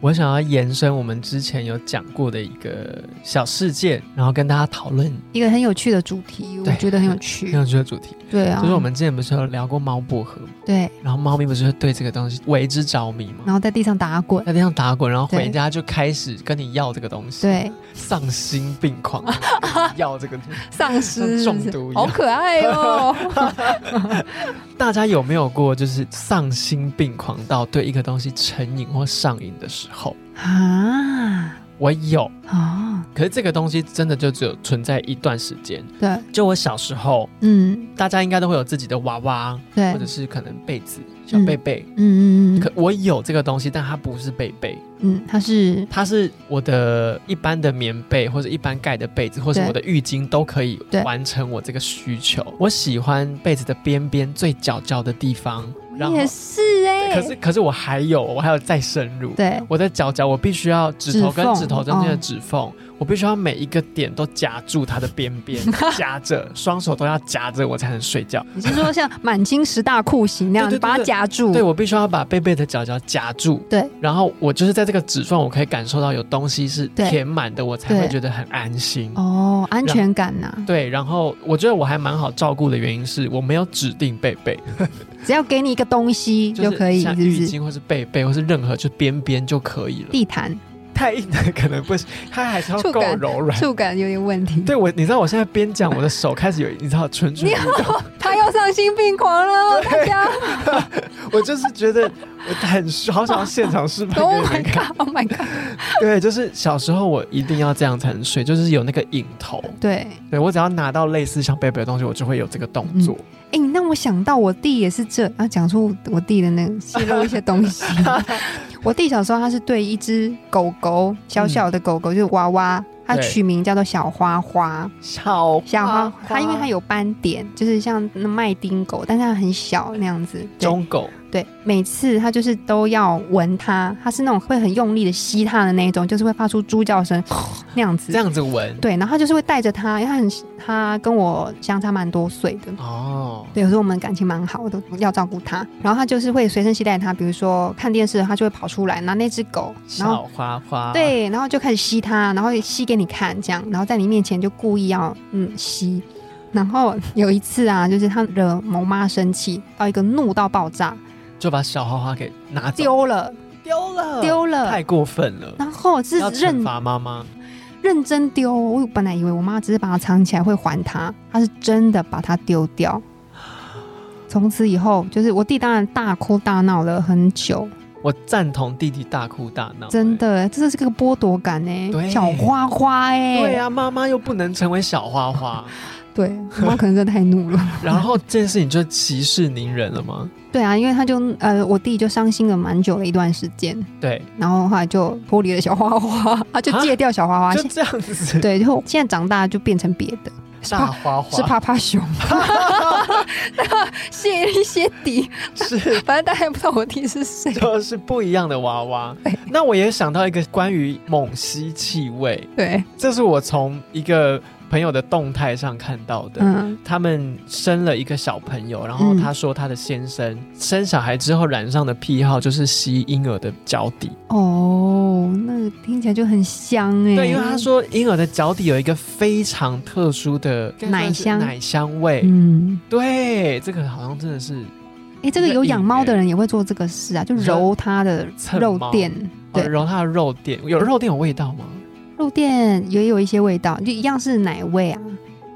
我想要延伸我们之前有讲过的一个小事件，然后跟大家讨论一个很有趣的主题，我对觉得很有很 趣。有趣的主题。对啊，就是我们之前不是有聊过猫薄荷吗，对，然后猫咪不是会对这个东西为之着迷吗？然后在地上打滚，在地上打滚，然后回嗯对家就开始跟你要这个东西，对，丧心病 狂要这个东西。丧尸像中毒一样好可爱 哦。大家有没有过就是丧心病狂到对一个东西成瘾或上瘾的时候？啊，我有，哦，可是这个东西真的就只有存在一段时间。对，就我小时候，嗯，大家应该都会有自己的娃娃，对，或者是可能被子、小嗯被被。嗯嗯嗯可嗯我有这个东西，但它不是被被，嗯，它是它是我的一般的棉被或者一般盖的被子，或者对我的浴巾都可以对完成我这个需求。我喜欢被子的边边最角角的地方，然后也是哎，可是可是我还有，我还有再深入。对我的脚脚，我必须要指头跟指缝指头中间的指缝，我必须要每一个点都夹住它的边边，嗯 夹着，双手都要夹着，我才能睡觉。你是说像满清十大酷刑那样，对对对你把它夹住？对，我必须要把贝贝的脚脚夹住，对，然后我就是在这个指缝，我可以感受到有东西是对填满的，我才会对觉得很安心。哦，安全感呐，对，然后我觉得我还蛮好照顾的原因是我没有指定贝贝，只要给你一个东西就是就可以，是像不浴是？巾或是贝贝或是任何就边边就可以了。地毯太硬的可能不行，它还是要触够感柔软。触感有点问题，对我，你知道我现在边讲，我的手开始有，你知道蠢蠢欲动，他又丧心病狂了哦，大家。我就是觉得我很好想要现场示范给 Oh 你 my 们看。 god! Oh my god! 对，就是小时候我一定要这样才能睡，就是有那个影头。对，对我只要拿到类似像贝贝的东西，我就会有这个动作。哎、你让我想到我弟也是这，然后讲出我弟的那个泄露一些东 西。我弟小时候他是对一只狗狗，小小的狗狗、就是娃娃，他对取名叫做小花花。小嗯小花，花它因为它有斑点，就是像那麦丁狗，但是它很小那样子。对中狗，对，每次它就是都要闻它，它是那种会很用力的吸它的那一种，就是会发出猪叫 声那样子这。样子闻对，然后他就是会带着他，因为他很他跟我相差蛮多岁的。哦，对，有时候我们感情蛮好的，要照顾他。然后他就是会随身携带他，比如说看电视，他就会跑出来拿那只狗，然后小花花，，对，然后就开始吸它，然后吸给你看，这样，然后在你面前就故意要嗯吸。然后有一次啊，就是他惹萌妈生气，到一个怒到爆炸，就把小花花给拿走，丢了丢了，丢了嗯太，过分了，然后是要认惩罚妈妈。认真丢哦。我本来以为我妈只是把它藏起来会还它，她是真的把它丢掉。从此以后，就是我弟当然大哭大闹了很久，我赞同弟弟大哭大闹、真的，这是个剥夺感哎、对小花花哎、对啊，妈妈又不能成为小花 花，对我妈可能真的太怒了。然后这件事情就息事宁人了吗？对啊，因为他就呃，我弟就伤心了蛮久的一段时间，对，然后后来就脱离了小花花， 他就戒掉小花花，啊就现这样子。对，就现在长大就变成别的，大花是花趴趴熊， 谢一些底，是反正大家也不知道我弟是谁。就是不一样的娃娃对。那我也想到一个关于猛吸气味，对，这是我从一个朋友的动态上看到的。嗯，他们生了一个小朋友，然后嗯他说他的先生、生小孩之后染上的癖好就是吸婴儿的脚底，哦，那个听起来就很香哎、对，因为他，说婴儿的脚底有一个非常特殊的奶香奶香味。嗯，对，这个好像真的是哎、这个有养猫的人也会做这个事啊，就揉它的蹭肉猫垫，哦对揉它的肉垫，有肉垫有味道吗？肉垫也有一些味道，就一样是奶味啊，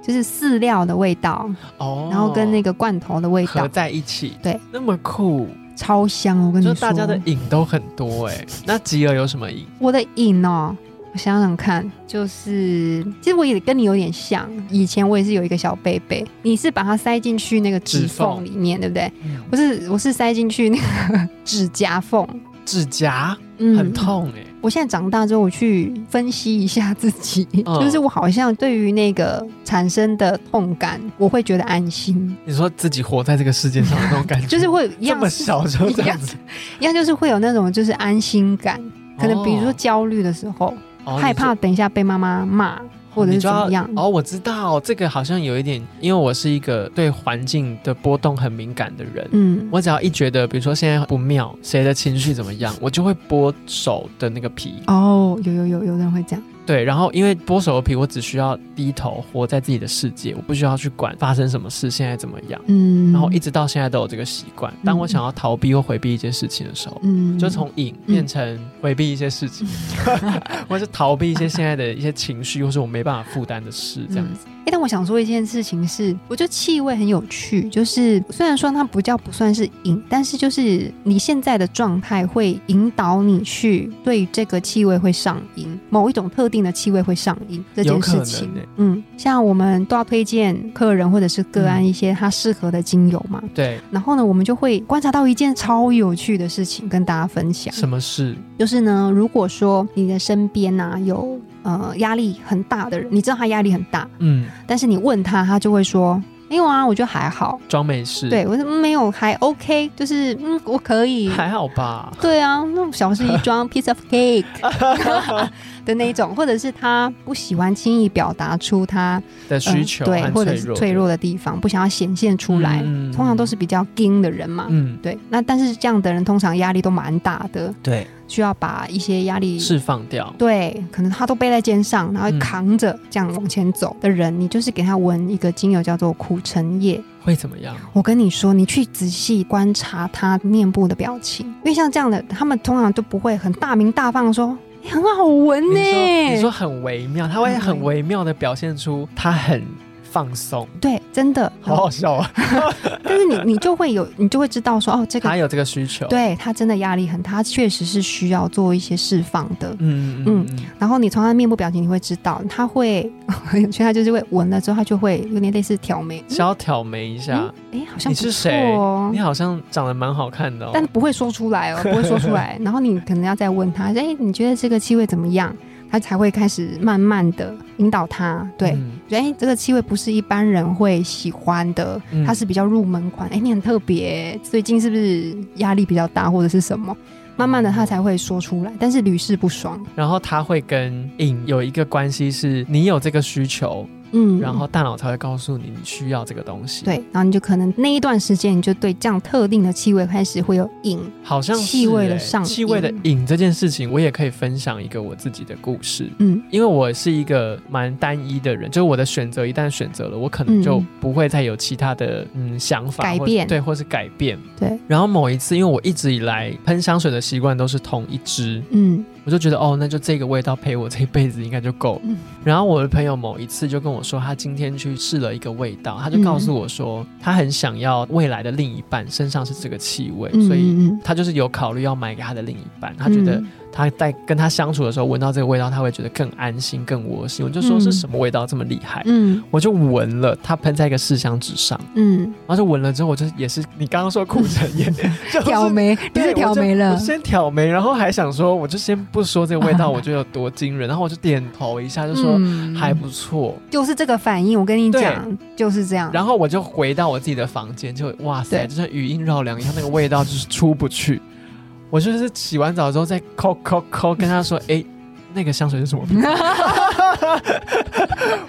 就是饲料的味道，哦，然后跟那个个罐头的味合道，在一起，对，那么酷，超香！我跟你就说，大家的瘾都很多哎、那吉尔有什么瘾？我的瘾哦，我想想看，就是其实我也跟你有点像，以前我也是有一个小贝贝，你是把它塞进去那个指缝里面，对不对？我是我是塞进去那个指甲缝，指甲嗯很，痛哎、我现在长大之后，我去分析一下自己，嗯就是我好像对于那个产生的痛感，我会觉得安心，你说自己活在这个世界上的那种感 觉，就是会一这样么小就这样子，一样就是会有那种就是安心感，可能比如说焦虑的时候，哦害怕等一下被妈妈骂，或者是怎么样你就要哦，我知道这个好像有一点，因为我是一个对环境的波动很敏感的人。嗯，我只要一觉得，比如说现在不妙，谁的情绪怎么样，我就会剥手的那个皮。哦，有有有有人会这样，对，然后因为剥手的皮，我只需要低头活在自己的世界，我不需要去管发生什么事，现在怎么样。嗯，然后一直到现在都有这个习惯。当我想要逃避或回避一件事情的时候，嗯，嗯就从瘾变成回避一些事情， 或是逃避一些现在的一些情绪，或是我没办法负担的事，这样子。哎、但我想说一件事情是，我觉得气味很有趣，就是虽然说它不叫不算是瘾，但是就是你现在的状态会引导你去对这个气味会上瘾，某一种特定的气味会上瘾这件事情有可能欸。嗯，像我们都要推荐客人或者是个案嗯一些它适合的精油嘛，对，然后呢，我们就会观察到一件超有趣的事情跟大家分享。什么事？就是呢，如果说你的身边呐、有呃压力很大的人，你知道他压力很大，嗯，但是你问他，他就会说没有啊，我觉得还好。装没事，，对我说嗯没有，还 OK，就是嗯，我可以。 还好吧。对啊，那种小事一 桩 piece of cake 的那一种，或者是他不喜欢轻易表达出他的呃需求对，和或者脆是弱，脆弱的地方，不想要显现出来，嗯通常都是比较硬的人嘛。嗯，对，那但是这样的人通常压力都蛮大的，对，需要把一些压力释放掉。对，可能他都背在肩上，然后嗯扛着这样往前走的人，你就是给他闻一个精油叫做苦橙叶。会怎么样？我跟你说，你去仔细观察他面部的表情，因为像这样的，他们通常都不会很大鸣大放地说、欸很好闻你呢、说，你说很微妙，他会很很微微妙的表现出他很放松，对，真的。好好笑嗯啊！ 但是你你就会有，你就会知道说，哦，这他个有这个需求，， 对他真的压力很大，他确实是需要做一些释放的。嗯嗯嗯，然后你从他的面部表情，你会知道他会， 有些他就是会闻了之后，他就会有点类似挑眉，稍挑眉一下嗯。哎、好像啊你不错是谁哦？你好像长得蛮好看的哦，但不会说出来哦，不会说出 来。然后你可能要再问他，哎、你觉得这个气味怎么样？他才会开始慢慢的引导他，对，嗯觉得哎、诶这个气味不是一般人会喜欢的，嗯它是比较入门款。哎、你很特别，最近是不是压力比较大或者是什么？慢慢的他才会说出来，但是屡试不爽。然后他会跟瘾有一个关系，是你有这个需求，嗯，然后大脑才会告诉你你需要这个东西。对，，然后你就可能那一段时间，你就对这样特定的气味开始会有瘾。好像是气味的欸上瘾气味的瘾这件事情，我也可以分享一个我自己的故事。嗯因为我是一个蛮单一的人，就是我的选择一旦选择了，我可能嗯就不会再有其他的嗯想法改或变对，或是改变。对，然后某一次，因为我一直以来喷香水的习惯都是同一支，嗯我就觉得哦，那就这个味道陪我这一辈子应该就够了。嗯然后我的朋友某一次就跟我说，他今天去试了一个味道，他就告嗯诉我说，他很想要未来的另一半身上是这个气味，嗯，所以嗯他就是有考虑要买给他的另一半。他觉得他在跟他相处的时候闻到这个味道，他会觉得更安心、更窝心。我就说嗯是什么味道这么厉害？嗯我就闻了，他喷在一个试香纸上， 嗯然后就闻了之后，我就也是你刚刚说 苦橙叶，就是挑眉，你对是挑我就眉我了。先挑眉，然后还想说，我就先不说这个 味道，我觉得有多惊人，然后我就点头一下，就说、嗯还不错。就是这个反应，我跟你讲，就是这样。然后我就回到我自己的房间，就哇塞，对就像语音绕梁一样，那个味道就是出不去。我就是洗完澡之后再抠抠抠，跟他说，哎、那个香水是什么品牌？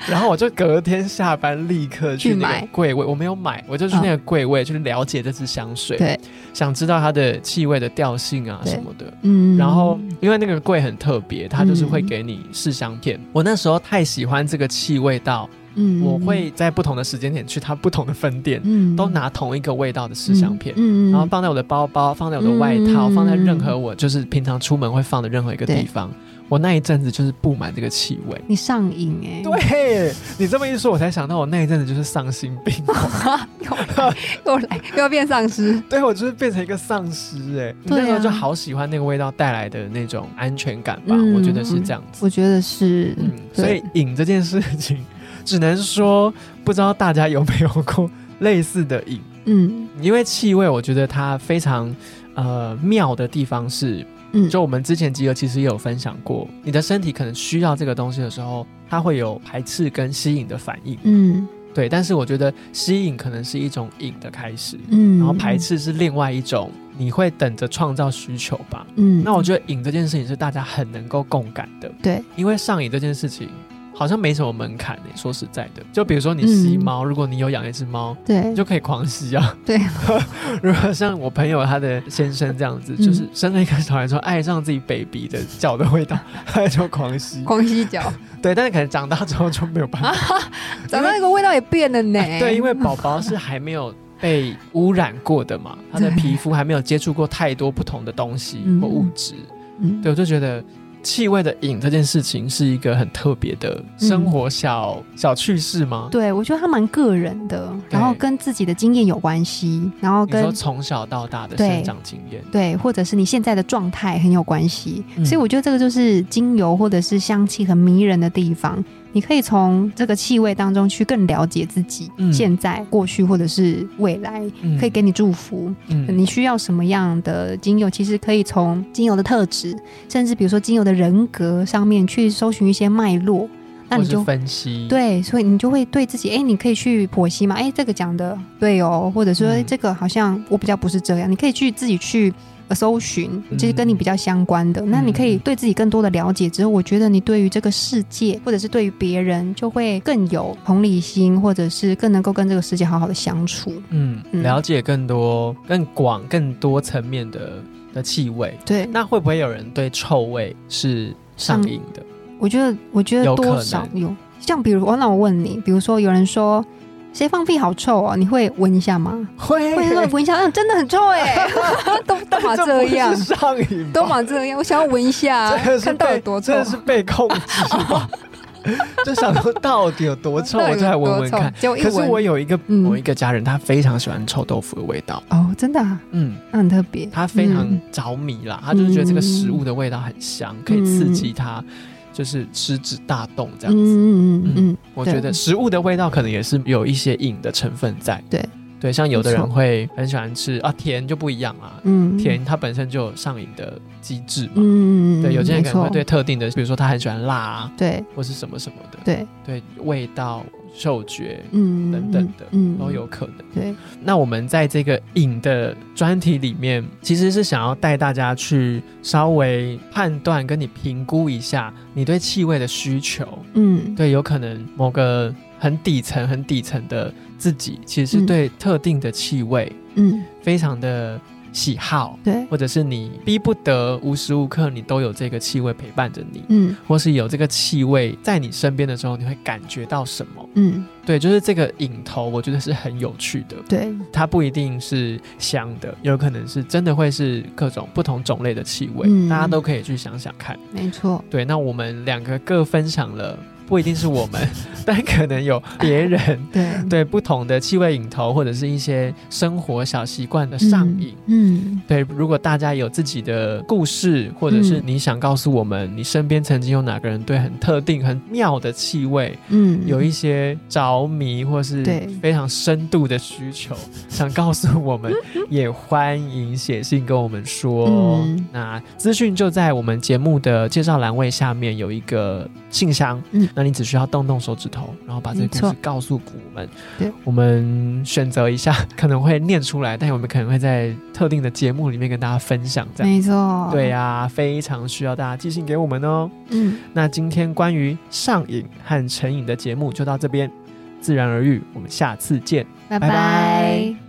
然后我就隔天下班立刻去去那买嗯个柜位，我没有买，我就去那个柜位去了解这支香水，对，想知道它的气味的调性啊对什么的。嗯然后因为那个柜很特别，它就是会给你试香片。我那时候太喜欢这个气味道，嗯我会在不同的时间点去它不同的分店，嗯都拿同一个味道的试香片。嗯然后放在我的包包，放在我的外套，嗯放在任何我就是平常出门会放的任何一个地方。我那一阵子就是布满这个气味。你上瘾哎，对你这么一说，我才想到我那一阵子就是丧心 病狂，又来 又来 又要变丧尸，对我就是变成一个丧尸哎。你那时对候啊就好喜欢那个味道带来的那种安全感吧，嗯我觉得是这样子。我觉得是嗯，，对所以瘾这件事情，只能说不知道大家有没有过类似的瘾，嗯因为气味，我觉得它非常呃妙的地方是，嗯就我们之前集合其实也有分享过，你的身体可能需要这个东西的时候，它会有排斥跟吸引的反应。嗯对，但是我觉得吸引可能是一种瘾的开始，嗯，然后排斥是另外一种，你会等着创造需求吧。嗯，嗯，那我觉得瘾这件事情是大家很能够共感的，对，因为上瘾这件事情好像没什么门槛诶、说实在的，就比如说你吸嗯猫，如果你有养一只猫，对你就可以狂吸啊。对， 如果像我朋友他的先生这样子，嗯就是生了一个小孩之后爱上自己 baby 的脚的味道， 他就 狂吸。光吸 脚，对，但是可能长大之后就没有办法。 找到那个味道也变了呢。啊对，因为宝宝是还没有被污染过的嘛，他的对皮肤还没有接触过太多不同的东西嗯或物质。嗯对，我就觉得气味的瘾这件事情是一个很特别的生活小、小趣事吗？对，我觉得他蛮个人的，然后对跟自己的经验有关系，然后你说跟从小到大的对生长经验，对，或者是你现在的状态很有关系。嗯所以我觉得这个就是精油或者是香气很迷人的地方，你可以从这个气味当中去更了解自己、嗯现在、过去或者是未来，嗯可以给你祝福。嗯你需要什么样的精油，其实可以从精油的特质，甚至比如说精油的人格上面去搜寻一些脉络。那或你是就分析，对，所以你就会对自己，哎，你可以去剖析嘛，哎，这个讲的对哦，或者说、嗯诶这个好像我比较不是这样，你可以去自己去。呃搜寻嗯就是跟你比较相关的，那你可以对自己更多的了解之后，我觉得你对于这个世界或者是对于别人就会更有同理心，或者是更能够跟这个世界好好的相处。嗯，嗯了解更多、更广、更多层面的的气味。对，那会不会有人对臭味是上上瘾的？我觉得，我觉得有可多能少有像比如我那我问你，比如说有人说谁放屁好臭哦，你会闻一下吗？会会说闻一下，嗯，真的很臭哎、都都嘛这样不，是上瘾吧，都嘛这样，我想要闻一下啊 真的，是看到有被多臭真。的是被控制吧？就想说到底有多臭，到底有我多就来闻闻看臭。结果一可是我闻，有一个嗯某一个家人，他非常喜欢臭豆腐的味道，哦，真的、啊，嗯，那很特别。他非常嗯着迷啦，他就是觉得这个食物的味道很香，可以刺激他，就是食指大动这样子。嗯嗯嗯嗯，我觉得对食物的味道可能也是有一些瘾的成分在。对对，像有的没人错会很喜欢吃啊，甜就不一样啊，嗯，甜它本身就有上瘾的机制嘛。嗯，嗯嗯嗯，对，有些人可能会没对错特定的，比如说他很喜欢辣啊，对或是什么什么的，对，对味道、嗅觉嗯，等等的，嗯，嗯都有可能。对，那我们在这个瘾的专题里面，其实是想要带大家去稍微判断，跟你评估一下你对气味的需求。嗯，对，有可能某个很底层、很底层的自己，其实是嗯对特定的气味嗯，非常的喜好，对，或者是你逼不得无时无刻你都有这个气味陪伴着你，嗯或是有这个气味在你身边的时候，你会感觉到什么？嗯，对，就是这个瘾头，我觉得是很有趣的。对，它不一定是香的，有可能是真的会是各种不同种类的气味，嗯大家都可以去想想看。没错，对，那我们两个各分享了，不一定是我 们，但可能有别人对，对不同的气味瘾头，或者是一些生活小习惯的上瘾。嗯，对，如果大家有自己的故事，或者是嗯你想告诉我们，你身边曾经有哪个人对很特定、很妙的气味嗯嗯，有一些着迷，或是对非常深度的需求，想告诉 我们，也欢迎写信跟我们说。嗯那资讯就在我们节目的介绍栏位下面有一个信箱，嗯那你只需要动动手指头，然后把这没个故错事告诉我们，对，我们选择一下， 可能会念出来，但我们可能会在特定的节目里面跟大家分享，这样。没错，对呀、非常需要大家寄信给我们哦。嗯，那今天关于上瘾和成瘾的节目就到这边，自然而愈，我们下次见。拜拜拜拜。